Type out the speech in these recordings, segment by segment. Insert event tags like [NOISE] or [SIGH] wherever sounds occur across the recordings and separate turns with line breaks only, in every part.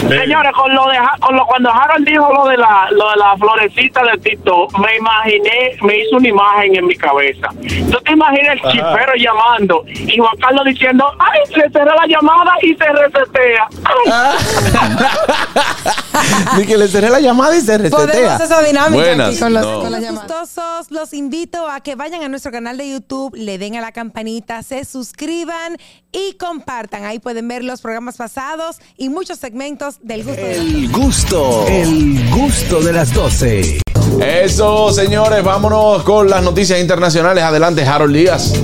Señores, con lo de Ha- con lo, cuando Harold dijo lo de la lo de la florecita de Tito, me imaginé, me hizo una imagen en mi cabeza. Yo te imaginé el
Ajá.
chipero llamando y Juan Carlos diciendo, ay, se cerró la llamada y se resetea. Ay,
Ah.
Ni que le cerré la llamada y se resetea.
Podemos esa dinámica
Buenas,
aquí con los,
no.
con los gustosos. Los invito a que vayan a nuestro canal de YouTube, le den a la campanita, se suscriban y compartan. Ahí pueden ver los programas pasados y muchos segmentos del gusto. de
El gusto, el gusto de las 12.
Eso, señores, vámonos con las noticias internacionales. Adelante, Harold Díaz.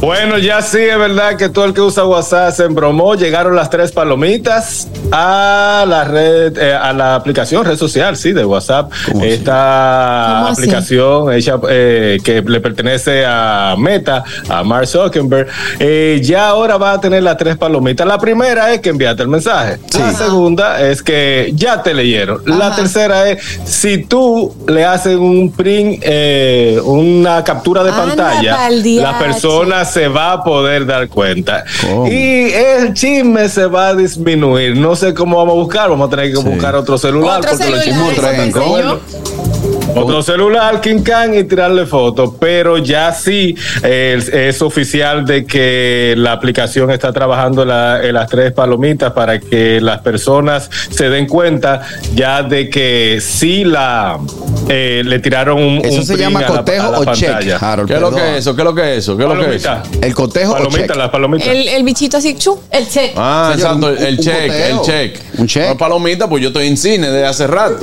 Bueno, ya sí, es verdad que todo el que usa WhatsApp se embromó. Llegaron las tres palomitas a la red, eh, a la aplicación, red social, sí, de WhatsApp. Esta
¿Cómo así?
aplicación hecha, eh, que le pertenece a Meta, a Mark Zuckerberg, eh, ya ahora va a tener las tres palomitas. La primera es que enviaste el mensaje. La segunda es que ya te leyeron. La
Ajá.
tercera es si tú le haces un print, eh, una captura de
Anda
pantalla,
pa'l
la
diache.
persona persona se va a poder dar cuenta.
¿Cómo?
Y el chisme se va a disminuir. No sé cómo vamos a buscar. Vamos a tener que buscar otro celular.
Otro
porque
celular,
los chismes
eso
traen
pensé
con-
yo.
Oh.
Otro celular, King Khan, y tirarle fotos. Pero ya sí eh, es, es oficial de que la aplicación está trabajando la- en las tres palomitas para que las personas se den cuenta ya de que sí la eh, le tiraron un.
Eso
un
se
print
llama
a la-
cotejo
a la
o
pantalla.
check, Harold.
¿Qué es lo
perdón.
que es eso? ¿Qué es lo que es eso? ¿Qué es lo que es eso?
Palomita.
El cotejo o
Palomita,
check.
las palomitas.
El, el bichito así, chu, el check.
Ah,
Señor,
exacto,
un-
el
un
check, el
coteo.
check.
Un check.
No, palomita, pues yo estoy en cine desde hace rato.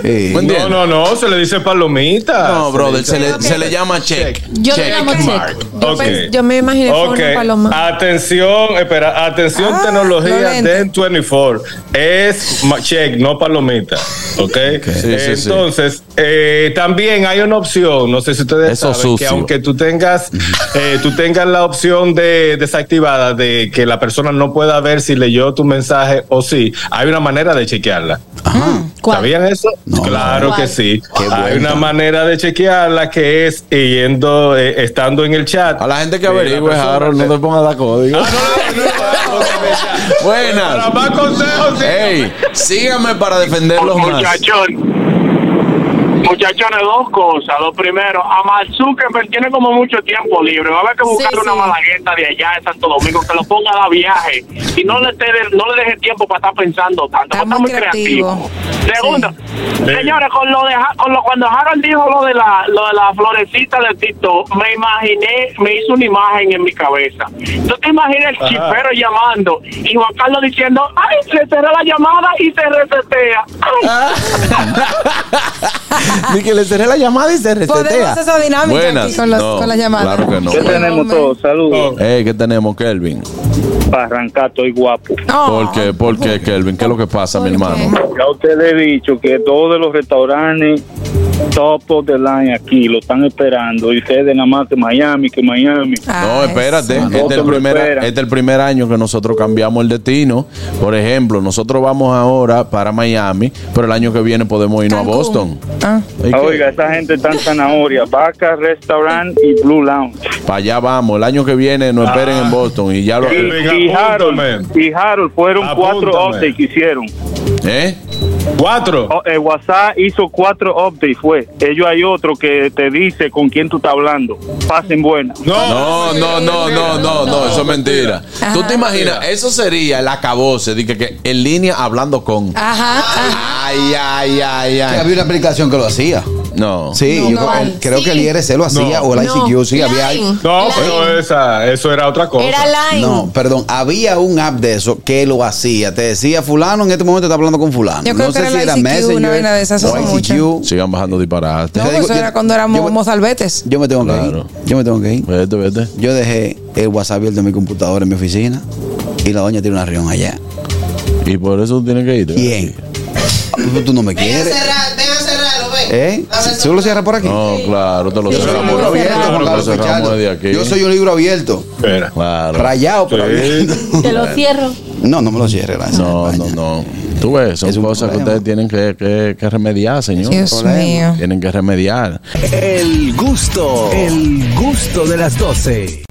Sí.
¿Me entiendes?
No, no, no, se le dice
Ah,
palomita.
No, brother, se le,
Ok.
se le llama check.
Yo le llamo check. Yo,
Ok.
pens- yo me imaginé fue
Ok, Ah,
una paloma.
Atención, espera, atención
Ah, los
tecnología
lentes.
de 24. Es ma- check, no palomita. Ok.
Sí, sí, sí.
Entonces, eh, también hay una opción, no sé si ustedes
Eso
saben, que
sucio.
aunque tú tengas, eh, tú tengas la opción de desactivada de que la persona no pueda ver si leyó tu mensaje o sí, hay una manera de chequearla.
¿Cuál?
¿Sabían eso? claro
¿Cuál?
que sí.
Qué
Hay
bueno.
una manera de chequearla que es yendo, eh, estando en el chat.
A la gente que
Eh, la
averigüe,
persona
Harold,
te-
no te pongas a dar código.
Ah, no, no, no, no, no. Para
Buenas.
más consejos, sí.
Ey, síganme para defenderlos más.
muchachón. Muchachones, dos cosas. Lo primero, a Mark Zuckerberg tiene como mucho tiempo libre. Va a haber que buscarle
Sí,
una
sí.
malagueta de allá de Santo Domingo que lo ponga a dar viaje y no le, esté- no le deje tiempo para estar pensando tanto.
Está
porque Está muy
muy
creativo.
creativo.
Segundo,
Sí.
señores, con lo de Ha- con lo, cuando Harold dijo lo de la lo de la florecita de Tito, me imaginé, me hizo una imagen en mi cabeza. Yo te imaginé el
Ajá.
chipero llamando y Juan Carlos diciendo, ay, se cerró la llamada y se resetea. Ay.
Ah.
[LAUGHS] Ni que le cerré la llamada y se
Podemos
resetea.
esa dinámica aquí
Buenas.
con, los-
No,
con las llamadas.
claro que no.
Sí,
¿Qué
hombre.
Saludos.
Ey, ¿qué tenemos, Kelvin?
Para arrancar, estoy guapo.
Oh,
¿Por qué, por qué, Kelvin? ¿Qué es lo que pasa, mi
¿por
hermano?
qué?
Ya usted le he dicho que dos de los restaurantes top of the line aquí lo están esperando. Y ustedes nada más que Miami, que Miami.
Ah,
No, espérate,
eso.
este es, el
Nosotros
primer,
espera.
este es el primer año que nosotros cambiamos el destino. Por ejemplo, nosotros vamos ahora para Miami, pero el año que viene podemos irnos
Cancún.
a Boston.
Ah.
¿Y qué?
Oiga, esa gente está en zanahoria. Vaca Restaurant y Blue Lounge.
Para allá vamos, el año que viene nos esperen en Boston y ya lo...
Y, y
Venga,
Harold,
apúntame.
y Harold fueron cuatro
Apúntame.
updates que hicieron.
¿Eh?
Cuatro.
O- eh, WhatsApp hizo cuatro updates, fue. Ellos hay otro que te dice con quién tú estás hablando. Pasen buena.
No, no, no, no, no, no, eso es mentira. ¿Tú te imaginas? Eso sería el acabose, de que, que en línea hablando con...
Ajá, ajá.
Ay, ay, ay,
Ah, Que
ay.
había una aplicación que lo hacía.
No.
Sí,
No,
yo creo-
¿cuál?
creo que el
Sí.
IRC lo hacía o el
No.
ICQ, sí, había
Line.
No,
Line.
pero esa, eso era otra cosa.
Era Line.
No, perdón, había un app de eso que lo hacía. Te decía fulano, en este momento está hablando con fulano.
Yo creo que
no sé
era
si
la
era
ICQ,
Messenger
una vaina de esas,
o
son
ICQ.
Sigan bajando disparates.
No,
Te digo,
eso
yo-
era cuando
yo
éramos
voy-
mozalbetes.
Yo me tengo
Claro.
que ir. Yo me tengo que ir.
Vete, vete.
Yo dejé el WhatsApp abierto en mi computadora en mi oficina y la doña tiene una reunión allá.
Y por eso tiene que ir.
¿Quién? Ah, Tú no me quieres. ¿Eh? ¿Tú lo cierras por aquí?
No, claro, te lo
Yo soy un
cerramos.
libro abierto, Juan
Te lo
Carlos
cerramos
Pichardo.
desde aquí.
Yo soy un libro abierto,
Espera.
Claro.
rayado, pero abierto. [LAUGHS]
Te lo cierro.
No, no me lo cierres, gracias.
No, no,
España.
no. Tú ves, son
Es un
cosas que
problema.
ustedes tienen que, que- que remediar, señor.
Dios
problema.
mío.
Tienen que remediar.
El gusto, el gusto de las 12.